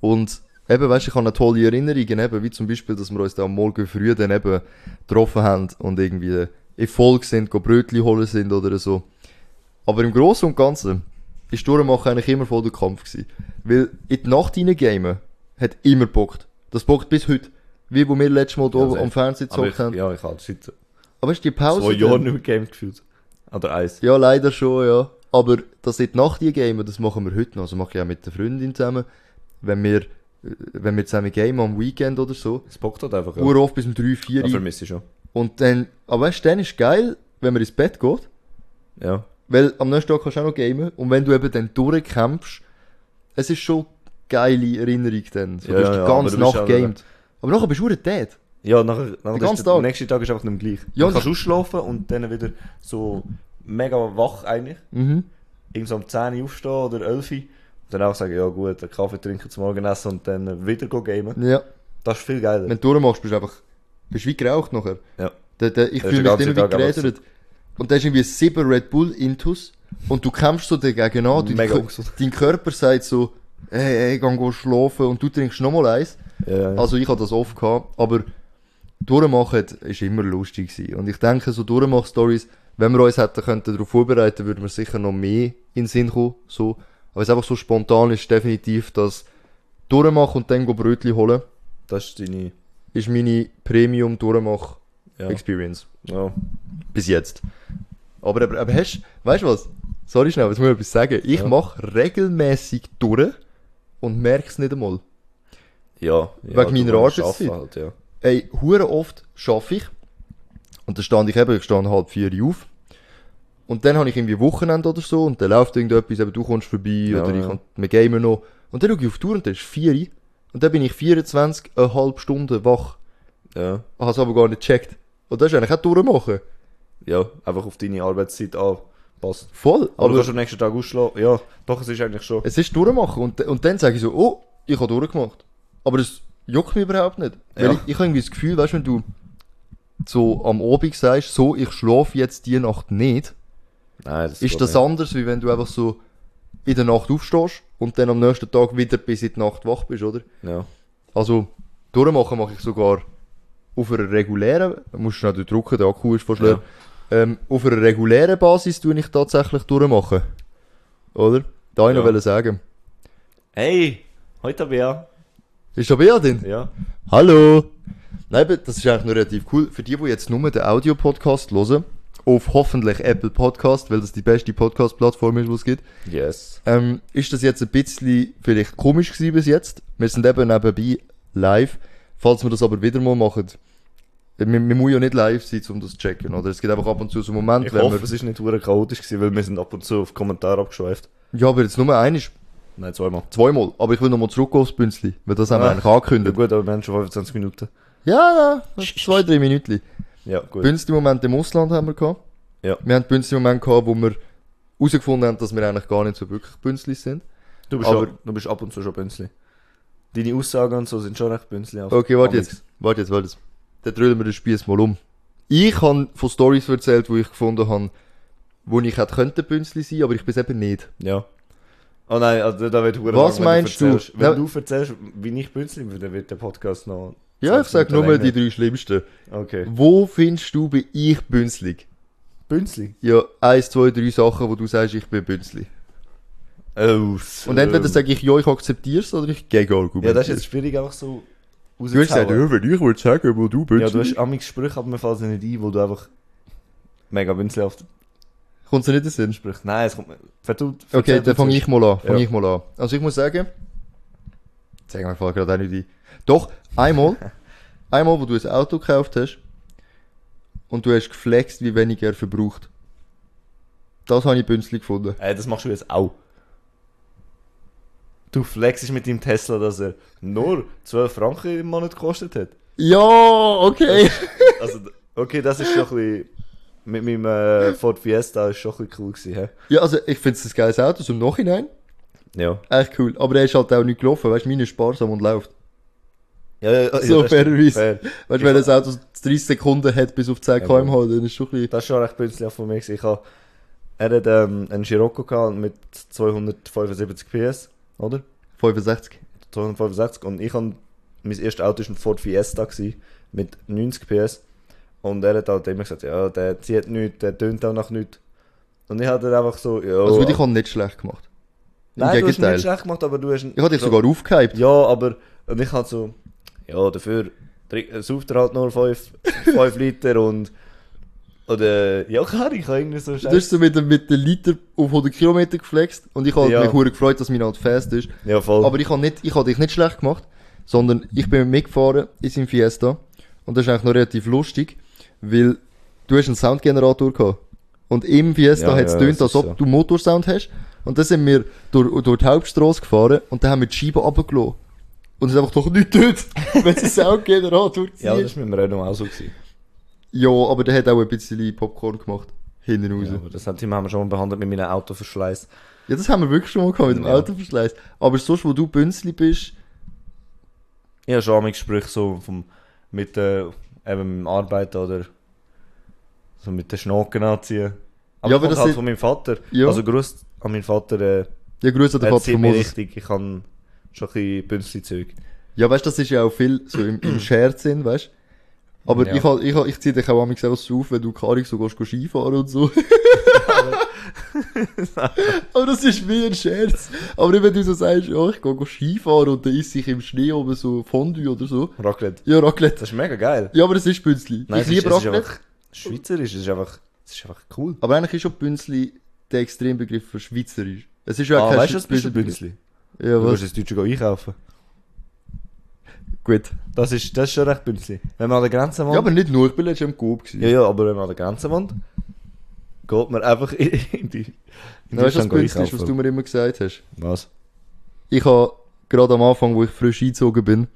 Und eben, weißt du, ich habe eine tolle Erinnerung, eben, wie zum Beispiel, dass wir uns da am Morgen früh dann eben getroffen haben und irgendwie Erfolg sind, go Brötchen holen sind oder so. Aber im Großen und Ganzen ist Durchmachen eigentlich immer voll der Kampf gewesen. Weil in die Nacht reingamen hat immer bockt. Das bockt bis heute. Wie wo wir letztes Mal da
Ja,
oben
safe.
am Fernsehen
Aber
gezockt
ich,
haben.
ja, ich habe seit
Aber weißt du, die Pause.
zwei
dann-
Jahren nicht mehr Game gefühlt. Oder eins.
ja, leider schon, ja. Aber das in die Nacht gamen, das machen wir heute noch. Also mache ich auch mit der Freundin zusammen. Wenn wir, äh, wenn wir zusammen gamen am Weekend oder so.
Es bockt halt einfach, ja. Also
Ja. Uhr auf bis um 3, 4
ja,
Uhr.
vermisse ich schon.
Und dann, aber weißt du, dann ist geil, wenn man ins Bett geht.
Ja.
Weil am nächsten Tag kannst du auch noch gamen. Und wenn du eben dann durchkämpfst, es ist schon geile Erinnerung dann. So,
Ja,
du hast
ja,
die ganze
aber du bist
Nacht
auch-
gamed. Aber nachher bist du verdammt dead.
Ja, nachher, nachher
Den
ist
ganzen
der
Tag?
nächste Tag ist einfach nicht mehr gleich.
Ja,
du
und-
kannst ausschlafen und dann wieder so mega wach eigentlich.
Mhm.
Irgendwie so um 10 Uhr aufstehen oder 11 Uhr. Und dann auch sagen, ja gut, einen Kaffee trinken zum Morgenessen und dann wieder go gamen.
Ja.
Das ist viel geiler.
Wenn du durchmachst, bist du einfach, bist du wie geraucht nachher.
Ja.
Der, der, ich
Das ist
fühle
der
mich
ganze
immer wie
Tag einfach
gerädert. Und da ist irgendwie sieben Red Bull Intus und du kämpfst so dagegen an. Du,
Mega
dein, Kö-
ungesund.
dein Körper sagt so, hey, hey, gang go schlafen und du trinkst nochmal eins.
Ja, ja, ja.
Also ich hatte das oft gehabt, aber durchmachen ist immer lustig gewesen. Und ich denke, so Durchmach-Stories, wenn wir uns hätten können darauf vorbereiten, würden wir sicher noch mehr in den Sinn kommen. So. Aber es einfach so spontan ist definitiv, dass durchmachen und dann go Brötchen holen,
das ist deine...
ist meine Premium-Durchmach-Experience.
Ja. ja.
Bis jetzt. Aber, aber, aber hast weißt du was? Sorry schnell, jetzt muss ich etwas sagen. Ich
Ja.
mache regelmäßig durch und merke es nicht einmal.
Ja. ja
meiner
du musst
Arbeitszeit.
arbeiten Halt, ja.
Ey, hure oft schaffe ich. Und dann stand ich eben, ich stand halb vier Uhr auf. Und dann habe ich irgendwie Wochenende oder so und dann läuft irgendetwas, eben du kommst vorbei
Ja,
oder ich
ja.
kann, wir gamen noch. Und dann schaue ich auf die Uhr und dann ist vier Uhr. Und dann bin ich 24, eine halbe Stunde wach.
ja.
Habe es aber gar nicht gecheckt. Und das ist eigentlich auch durchmachen.
Ja, einfach auf deine Arbeitszeit anpassen.
Voll. Also
Aber, du kannst am nächsten Tag ausschlafen. Ja, doch, es ist eigentlich schon...
Es ist durchmachen. Und, und dann sage ich so, oh, ich habe durchgemacht. Aber das juckt mich überhaupt nicht. Weil
Ja.
ich, ich habe irgendwie das Gefühl, weißt du, wenn du so am Abend sagst, so, ich schlafe jetzt die Nacht nicht,
Nein, das
ist das anders, wie wenn du einfach so in der Nacht aufstehst und dann am nächsten Tag wieder bis in die Nacht wach bist, oder?
Ja.
Also, durchmachen mache ich sogar auf einer regulären, musst du schnell drücken, der Akku ist fast leer. Ähm, auf einer regulären Basis tue ich tatsächlich durchmachen. Oder? Da ich
Ja.
noch sagen.
Hey, heute habe ich ja.
Ist da Bea drin?
Ja.
Hallo! Nein, aber das ist eigentlich nur relativ cool. Für die, die jetzt nur den Audio-Podcast hören, auf hoffentlich Apple Podcast, weil das die beste Podcast-Plattform ist, die es gibt,
Yes.
ähm, ist das jetzt ein bisschen vielleicht komisch gewesen bis jetzt. Wir sind eben nebenbei live. Falls wir das aber wieder mal machen, äh, wir, wir müssen ja nicht live sein, um das zu checken, oder? Es gibt einfach ab und zu so einen Moment,
Ich
wenn
hoffe, es ist nicht hure chaotisch gewesen, weil wir sind ab und zu auf Kommentare abgeschweift.
wir... Ja, aber jetzt nur eines,
Nein, zweimal.
zweimal. Aber ich will nochmal zurück aufs Bünzli, weil das haben wir
Ah.
eigentlich
Ja
angekündigt.
gut, aber wir haben schon 25 Minuten.
Ja, ja, zwei, drei Minuten.
Ja, gut.
Bünzli-Moment im Ausland haben wir gehabt.
Ja.
Wir haben Bünzli-Moment gehabt, wo wir herausgefunden haben, dass wir eigentlich gar nicht so wirklich Bünzli sind.
Du bist,
Aber-
ja, du bist ab und zu schon Bünzli. Deine Aussagen und so sind schon recht Bünzli.
Okay, warte jetzt. Warte jetzt, warte jetzt. Dann drehen wir den Spieß mal um. Ich habe von Stories erzählt, die ich gefunden habe, wo ich hätte könnte Bünzli sein, aber ich bin es eben nicht.
Ja. Oh nein, also da wird hure lang,
Was
wenn
meinst du?
erzählst.
Ja.
Wenn du erzählst, wie ich Bünzli bin, dann wird der Podcast noch.
Ja, ich sage nur
Minuten
die drei schlimmsten.
länger. Okay.
Wo findest du bei ich Bünzlig?
Bünzli?
Ja, eins, zwei, drei Sachen, wo du sagst, ich bin Bünzli.
Oh,
Und entweder sage ich, ja, ich akzeptiere es, oder ich gegen Argumente.
Ja, das ist jetzt schwierig, einfach so
Du hast gesagt,
rauszuhauen.
ja, wenn ich würde sagen, wo du
Ja, du
Bünzli
hast amig Sprüche, aber mir fallen sie nicht ein, wo du einfach mega bünzelhaft
Kommt es nicht in den Sinn?
Sprüche. Nein, es kommt mir. Verdammt,
Okay,
erzähl
dann
du
fange ich mal an. Fang
Ja.
ich mal an. Also ich muss sagen, zeig mir voll gerade auch nicht ein. Doch, einmal, einmal, wo du ein Auto gekauft hast und du hast geflext, wie wenig er verbraucht. Das habe ich bünzlig gefunden.
Äh, das machst du jetzt auch. Du flexst mit dem Tesla, dass er nur 12 Franken im Monat gekostet hat.
Ja, okay.
Also, d- okay, das ist schon ein bisschen. Mit meinem äh, Ford Fiesta ist schon ein bisschen cool gewesen, hä?
Ja, also ich finde es ein geiles Auto, so im Nachhinein.
Ja.
Echt cool. Aber er ist halt auch nicht gelaufen, weißt du, meine ist sparsam und läuft.
ja, ja, ja
So
das stimmt,
fairerweise.
fair.
Weißt du, wenn ein Auto 30 Sekunden hat bis auf 10
Ja,
km/h, dann ist es schon ein bisschen...
Das ist schon recht bünzlig von mir. gewesen. Ich hab, er hat ähm, einen Scirocco gehabt mit 275 PS, oder?
65.
265 und ich habe mein erstes Auto war ein Ford Fiesta gewesen, mit 90 PS und er hat halt immer gesagt, ja, der zieht nichts, der tönt auch nach nichts. Und ich hatte einfach so, ja,
Also würde ich habe nicht schlecht gemacht. Im
Oh. nein, du hast
Gegenteil.
nicht schlecht gemacht, aber du hast
Ich hatte dich sogar aufgehypt.
ja, aber und ich halt so, ja, dafür trink- äh, sauft er halt nur 5 fünf Liter und oder ja klar, ich kann irgendwie so
Du hast
scheiße.
so mit, dem- mit den Liter auf 100 Kilometer geflext und ich habe
Ja. Oh.
mich hure gefreut, dass mein halt fest ist.
Ja, voll.
Aber ich habe nicht, ich habe dich nicht schlecht gemacht, sondern ich bin mitgefahren in seinem Fiesta und das ist eigentlich noch relativ lustig, weil du hast einen Soundgenerator gehabt. Und im Fiesta
Ja,
hat es
ja,
tönt,
das
als
ist
ob
so.
du Motorsound hast. Und dann sind wir durch, durch die Hauptstraße gefahren und dann haben wir die Scheibe runtergelassen. Und es hat einfach doch nichts tut, wenn es einen Soundgenerator
ja, das
zieht.
ist mit dem Renault auch so gewesen.
Ja, aber der hat auch ein bisschen Popcorn gemacht. Hinten raus.
Ja, aber das hat- Thema haben wir schon mal behandelt mit meinem Autoverschleiß.
Ja, das haben wir wirklich schon mal gehabt mit dem
Ja.
Autoverschleiß. Aber sonst, wo du Bünzli bist,
Ja, schon am Gespräch so vom, mit äh, eben mit Arbeiten oder so mit den Schnocken anziehen. Aber,
Ja,
ja,
aber
aber
das
das halt
sind-
von meinem Vater.
Ja.
Also Gruß an meinen Vater. Äh,
ja, grüß an den
er
Vater
zieht
von
mich
Moses.
richtig. Ich kann schon ein bisschen Bünzli-Zeug.
Ja, weißt du, das ist ja auch viel so im, im Scherz sind, weißt du? Aber
Ja.
ich, hab- ich, hab- ich zieh dich auch manchmal selbst auf, wenn du Karik so gehst, gehst Skifahren und so. Aber das ist wie ein Scherz. Aber nicht, wenn du so sagst, ja, ich gehe Skifahren und dann esse ich im Schnee oben so Fondue oder so.
Raclette.
Ja, Raclette.
Das ist mega geil.
Ja, aber das ist Bünzli. ich
es ist-
liebe
es ist
Raclette.
einfach Schweizerisch. Es ist einfach, es ist einfach cool.
Aber eigentlich ist schon Bünzli der Extrembegriff für Schweizerisch. Es ist ja
Ah,
kein
weißt du, was bist du
Bünzli-Begriff.
Bünzli?
Ja,
Du musst
was?
das Deutsche gehen einkaufen.
Gut.
Das ist, das ist schon recht Bünzli. Wenn man an der Grenze wohnt.
Ja, aber nicht nur, ich bin letztens am Coop gewesen.
Ja, ja, aber wenn man an der Grenze wohnt, geht man einfach in, in die. In
Nein, weißt du, was
Deutschland
Bünzli ist, was du
einkaufen.
mir immer gesagt hast?
Was?
Ich habe gerade am Anfang, wo ich frisch eingezogen bin,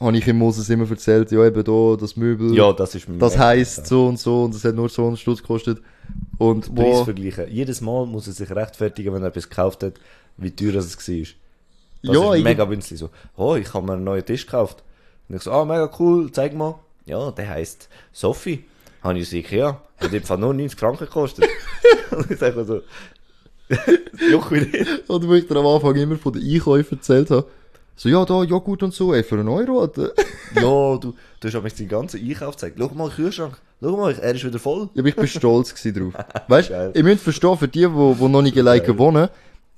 habe ich im Moses immer erzählt, ja eben da, das Möbel,
Ja, das ist mir.
das heisst so und so und das hat nur so einen Stutz gekostet. Und
Preis
wo,
vergleichen. Jedes Mal muss er sich rechtfertigen, wenn er etwas gekauft hat, wie teuer es war. Das
ja,
ist
ich,
mega winzig. So, oh, ich habe mir einen neuen Tisch gekauft. Und ich so, ah, mega cool, zeig mal. Ja, der heisst Sophie. Habe ich aus Ikea. Hat im Fall nur 90 Franken gekostet. Und ich sage so, Juck wieder.
oder wo ich dir am Anfang immer von den Einkäufen erzählt habe, so ja da, Joghurt und so, ey, für einen Euro. Alter.
Ja, du, du hast aber den ganzen Einkauf gezeigt. Schau mal, Kühlschrank. Schau mal, er ist wieder voll.
Ja, aber ich bin stolz gewesen drauf. Weißt du,
Geil.
ihr müsst verstehen, für die, die noch nicht alleine wohnen,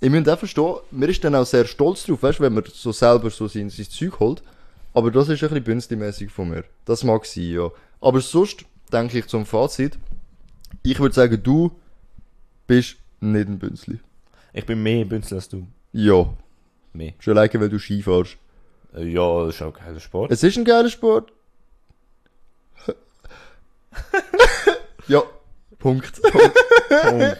ihr müsst auch verstehen, man ist dann auch sehr stolz drauf, weißt du, wenn man so selber so sein, sein Zeug holt. Aber das ist ein bisschen bünstlimässig von mir. Das mag sein, ja. Aber sonst denke ich zum Fazit, ich würde sagen, du bist nicht ein Bünzli.
Ich bin mehr Bünzler als du.
Ja,
Mehr.
schon alleine, wenn du Ski fährst.
Äh, Ja, das ist auch geiler Sport.
Es ist ein geiler Sport. ja, Punkt.
Und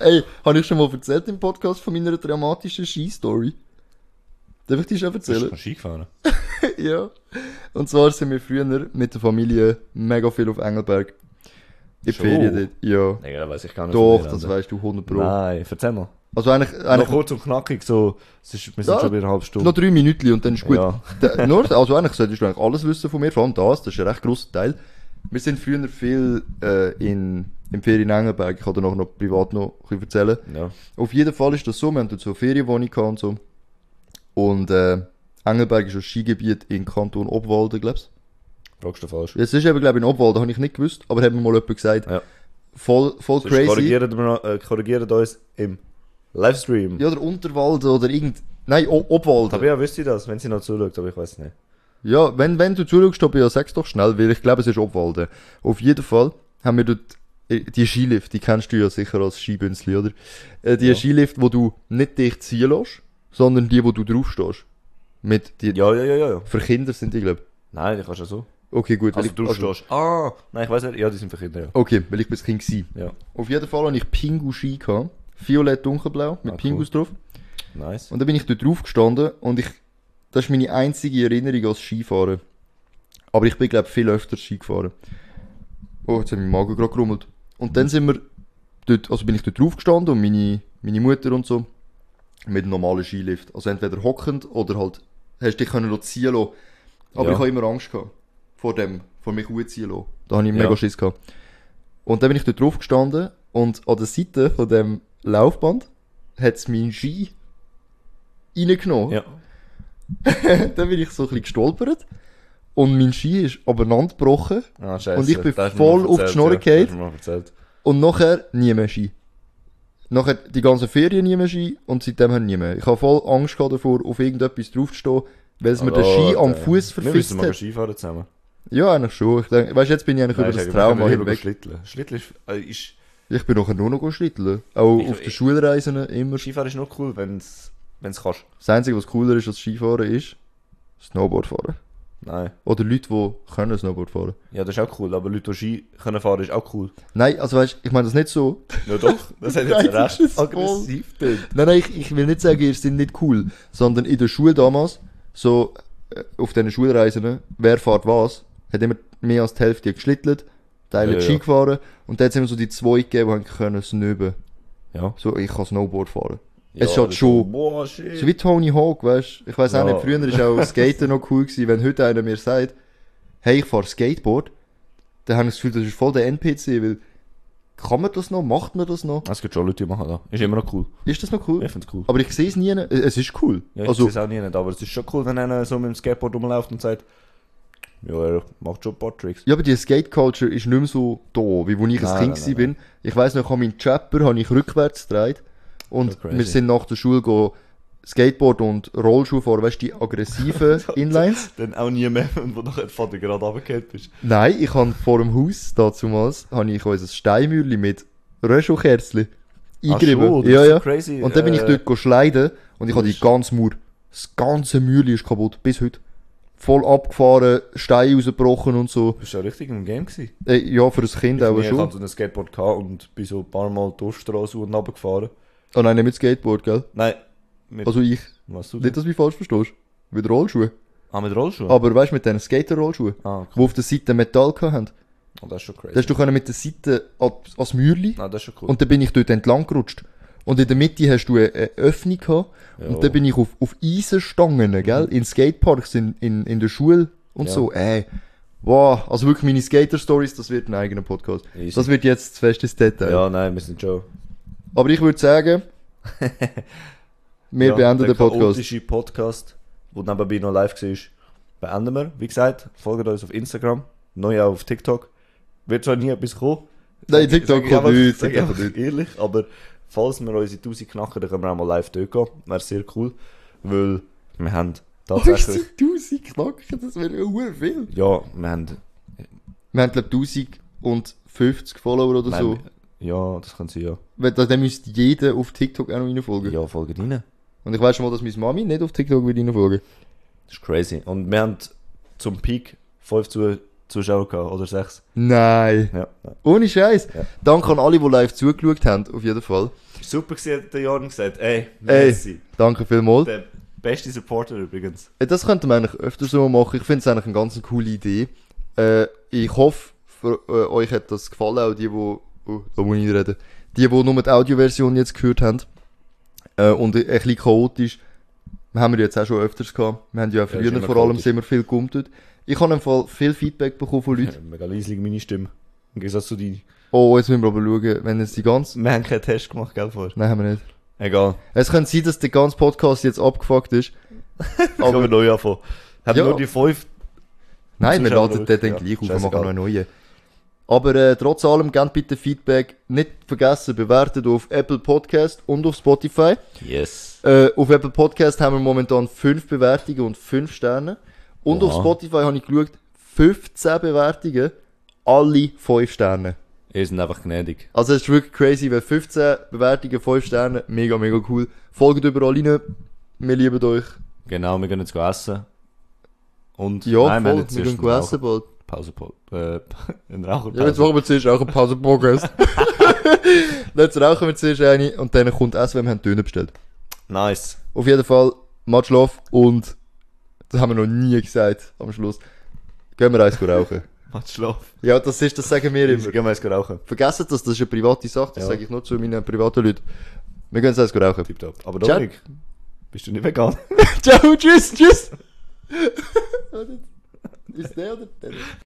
Ey, habe ich schon mal erzählt im Podcast von meiner dramatischen Ski-Story? Darf ich die schon
bist du
erzählen?
schon Ski gefahren?
ja. Und zwar sind wir früher mit der Familie mega viel auf Engelberg. In die
Schon?
Ferien dort. Ja.
Nein, das weiß ich gar nicht.
Doch,
voneinander.
das weißt du 100 Pro.
Nein, erzähl mal.
Also eigentlich,
Noch
eigentlich
kurz und knackig, so, es ist, wir sind
Ja,
schon wieder eine halbe Stunde.
noch drei Minuten und dann ist gut.
Ja.
Da- Nur, also eigentlich solltest du eigentlich alles wissen von mir, vor allem das, das ist ein recht grosser Teil. Wir sind früher viel äh, in, im Ferien Engenberg, ich kann dir noch, noch privat noch ein bisschen erzählen.
Ja.
Auf jeden Fall ist das so, wir haben dort so eine Ferienwohnung gehabt und so. Und äh, Engelberg ist ein Skigebiet im Kanton Obwalden, glaubst
Fragst du falsch.
du? Es ist eben, glaube ich, in Obwalden, habe ich nicht gewusst, aber hat mir mal jemand gesagt.
Ja.
Voll, voll
Sonst
crazy.
Korrigiert, mir noch- äh, korrigiert uns im Livestream.
Ja, oder Unterwalden oder irgend... Nein, o Obwalden.
Tabea wüsste das, wenn sie noch zuschaut, aber ich weiß nicht.
Ja, wenn, wenn du zuschaust, Tobias, sag's doch schnell, weil ich glaube, es ist Obwalden. Auf jeden Fall haben wir dort äh, die Skilift, die kennst du ja sicher als Skibünzli, oder? Äh, die
Ja.
Skilift, wo du nicht dich ziehen lässt, sondern die, wo du draufstehst. Mit die,
Ja, ja, ja, ja. ja.
Für Kinder sind die, glaube
Nein, die kannst du ja so.
ich. Okay, gut. weil
Also
ich,
du
also-
stehst. Ah! Nein, ich weiß nicht. Ja, die sind für Kinder, ja.
Okay, weil ich bis Kind gsi.
Ja,
Auf jeden Fall habe ich Pingu-Ski gehabt. Violett dunkelblau, mit
Ah, cool.
Pingus drauf.
nice.
Und dann bin ich dort drauf gestanden und ich, das ist meine einzige Erinnerung als Skifahren. Aber ich bin, glaube ich, viel öfter Ski gefahren. Oh, jetzt hat mein Magen gerade gerummelt. Und dann sind wir dort, also bin ich dort drauf gestanden und meine, meine Mutter und so mit einem normalen Skilift. Also entweder hockend oder halt, hast dich können lassen ziehen lassen. Aber
Ja.
ich habe immer Angst gehabt. Vor dem, vor mich hochziehen lassen. Da habe ich
Ja.
mega Schiss gehabt. Und dann bin ich dort drauf gestanden und an der Seite von dem Laufband hat es meinen Ski reingenommen.
Ja.
dann bin ich so ein bisschen gestolpert und mein Ski ist abeinander gebrochen
Ah, scheiße.
Und ich bin
Das hast du
voll
mir mal
auf die
erzählt,
Schnur
ja. Das
gefallen.
hast du mir mal erzählt.
und nachher nie mehr Ski. Nachher die ganzen Ferien nie mehr Ski und seitdem haben nie mehr. Ich habe voll Angst gehabt davor, auf irgendetwas draufzustehen, weil es mir den
Hallo,
Ski am
Alter.
Fuß
Wir müssen
verfisst
mal
hat.
Skifahren zusammen.
Ja, eigentlich schon. Ich denke, weißt, jetzt bin ich eigentlich über das Trauma
hinweg.
hinweg.
Schlitteln. Schlitteln ist, äh, ist...
Ich bin nachher nur noch schlitteln. Auch
Ich-
auf den
ich-
Schulreisen immer.
Skifahren ist noch cool, wenn es kannst.
Das Einzige, was cooler ist als Skifahren, ist Snowboardfahren.
Nein.
Oder Leute, die können Snowboard fahren.
Ja, das ist auch cool, aber Leute, die Ski können fahren, ist auch cool.
Nein, also weißt, ich meine das nicht so,
Ja doch, das hat
Nein,
jetzt
das
recht
ist voll-
aggressiv tönt.
Nein, nein, ich, ich will nicht sagen, ihr seid nicht cool, sondern in der Schule damals, so äh, auf diesen Schulreisen, wer fährt was, hat immer mehr als die Hälfte geschlittelt, Teile
Ja,
Ski
ja.
gefahren und dann hat es immer so die zwei gegeben, die haben können snöben.
Ja.
So, ich kann Snowboard fahren.
ja.
es schaut
das-
schon.
Boah, shit.
So wie Tony Hawk, weißt du? Ich weiß auch
Ja.
nicht, früher war auch Skater noch cool, gewesen, wenn heute einer mir sagt, hey, ich fahre Skateboard, dann habe ich das Gefühl, das ist voll der NPC, weil kann man das noch, macht man das noch,
Es gibt schon Leute, die machen das. Ist immer noch cool.
ist das noch cool?
Ich find's cool.
Aber ich sehe es nie, äh, es ist cool.
Ja, ich also,
also,
sehe es auch nie nicht, aber es ist schon cool, wenn einer so mit dem Skateboard rumläuft und sagt, ja, er macht schon ein paar Tricks.
Ja, aber die Skate Culture ist nicht mehr so da, wie wo ich
Nein,
ein
nein,
Kind war. bin. Ich weiss noch, ich habe meinen Chapper habe ich rückwärts gedreht und
So crazy.
wir sind nach der Schule go Skateboard und Rollschuh fahren, weißt du, die aggressiven Inlines?
Dann auch nie mehr, und wo nachher von der gerade runtergefallen bist.
Nein, ich habe vor dem Haus dazumals habe ich unser Steinmühle mit Röschelkerzli
Ach so,
eingerieben.
das
ja,
ist
ja.
so crazy.
Und dann bin ich
Äh,
dort go schleiden und ich habe die
ist-
ganze Mauer, das ganze Mühle ist kaputt, bis heute. Voll abgefahren, Steine rausgebrochen und so.
Bist du ja richtig im Game gewesen?
Äh, ja, für ein Kind
Ich
auch
nie, ich
schon.
hatte so ein Skateboard gehabt und bin so ein paar Mal durch die Straße und runtergefahren.
Oh nein, nicht mit Skateboard, gell?
Nein, mit,
Also ich.
was du denn?
Nicht, dass du mich falsch verstehst. Mit Rollschuhen.
Ah, mit Rollschuhen?
Aber weißt du, mit diesen Skater-Rollschuhen,
Ah,
die auf der Seite Metall hatten.
oh, das ist schon crazy.
Da hast du können mit der Seite an- ans Mäuerli.
ah, das ist schon cool.
Und dann bin ich dort entlang gerutscht. Und in der Mitte hast du eine, eine Öffnung gehabt.
Ja.
Und dann bin ich auf, auf Eisenstangen, gell? In Skateparks, in, in, in der Schule und
Mhm. Ja.
so. Ey. Wow. Also wirklich meine Skater-Stories, das wird ein eigener Podcast.
Easy.
Das wird jetzt das feste Detail.
ja, nein, wir sind schon...
Aber ich würde sagen, wir
Ja,
beenden den Podcast.
chaotische Podcast, der nebenbei noch live war, beenden wir. Wie gesagt, folgt uns auf Instagram, neu auch auf TikTok. Wird zwar nie etwas kommen.
Nein, TikTok
Sag ich
kommt
einfach-
nicht.
sag ich
TikTok kommt
einfach
nicht.
Ehrlich, aber falls wir unsere 1000 knacken, dann können wir auch mal live dort gehen. Wäre sehr cool, weil wir haben tatsächlich...
1000 Knacken? Das wäre ja viel.
Ja, wir haben...
Wir haben, glaube 1050 Follower oder so.
Nein, ja, das können sie ja.
Weil da- Dann müsste jeder auf TikTok auch noch reinfolgen.
Ja, folgt rein.
Und ich weiß schon mal, dass meine Mami nicht auf TikTok wird reinfolgen
Das ist crazy. Und wir haben zum Peak 5 Zu- Zuschauer gehabt, oder 6.
Nein.
Ja.
Ohne Scheiß.
Ja.
Danke an alle, die live zugeschaut haben, auf jeden Fall.
Super gewesen, hat der Jordan gesagt. Ey,
Ey,
merci.
danke vielmals.
Der beste Supporter übrigens.
Äh, Das könnte man eigentlich öfter so machen. Ich finde es eigentlich eine ganz coole Idee. Äh, ich hoffe, für, äh, euch hat das gefallen, auch die, die. Oh, da muss ich nicht reden. Die, die nur die Audioversion jetzt gehört haben. Äh, und ein bisschen chaotisch. Haben wir jetzt auch schon öfters gehabt. Wir haben ja auch
Ja, ist
früher
immer
vor allem
chaotisch.
sind wir viel gegumptet. Ich habe im Fall viel Feedback bekommen von Leuten.
Ja, Mega leislich meine Stimme. Im Gegensatz zu deiner.
Oh, jetzt müssen wir aber schauen, wenn es die ganze...
Wir haben keinen Test gemacht, gell, vorher.
Nein, haben wir nicht.
Egal.
Es könnte sein, dass der ganze Podcast jetzt abgefuckt ist.
Aber können wir neu anfangen. Haben
Ja.
nur die fünf.
Nein, wir
Zuschauer
laden den dann
ja,
gleich auf und machen
scheißegal.
noch einen neuen. Aber äh, trotz allem, gebt bitte Feedback. Nicht vergessen, bewertet auf Apple Podcast und auf Spotify.
Yes.
Äh, auf Apple Podcast haben wir momentan 5 Bewertungen und 5 Sterne. Und
Oha.
auf Spotify habe ich geschaut, 15 Bewertungen, alle 5 Sterne.
Ihr sind einfach gnädig.
Also es ist wirklich crazy, weil 15 Bewertungen, 5 Sterne, mega, mega cool. Folgt überall rein, wir lieben euch.
Genau, wir gehen jetzt essen. Und
Ja,
nein, wir haben
voll,
jetzt
wir
erst
gehen
einen
essen bald.
Raucher- Pause, Pause, äh, einen Raucherpause.
Ja, jetzt machen wir zuerst auch eine Pause Podcast. jetzt rauchen wir zuerst eine und dann kommt Essen, wenn wir haben Töne bestellt.
Nice.
Auf jeden Fall, much love und das haben wir noch nie gesagt am Schluss. Gehen wir eins rauchen.
Macht Schlaf.
Ja, das ist, das sagen wir
Wir
immer.
gehen jetzt rauchen.
Vergessen das, das ist eine private Sache, das
Ja.
sage ich nur zu meinen privaten Leuten. Wir gehen jetzt rauchen.
Tipptopp. Aber
Ciao.
Dominik, bist du nicht vegan?
Ciao, tschüss, tschüss! ist der oder der?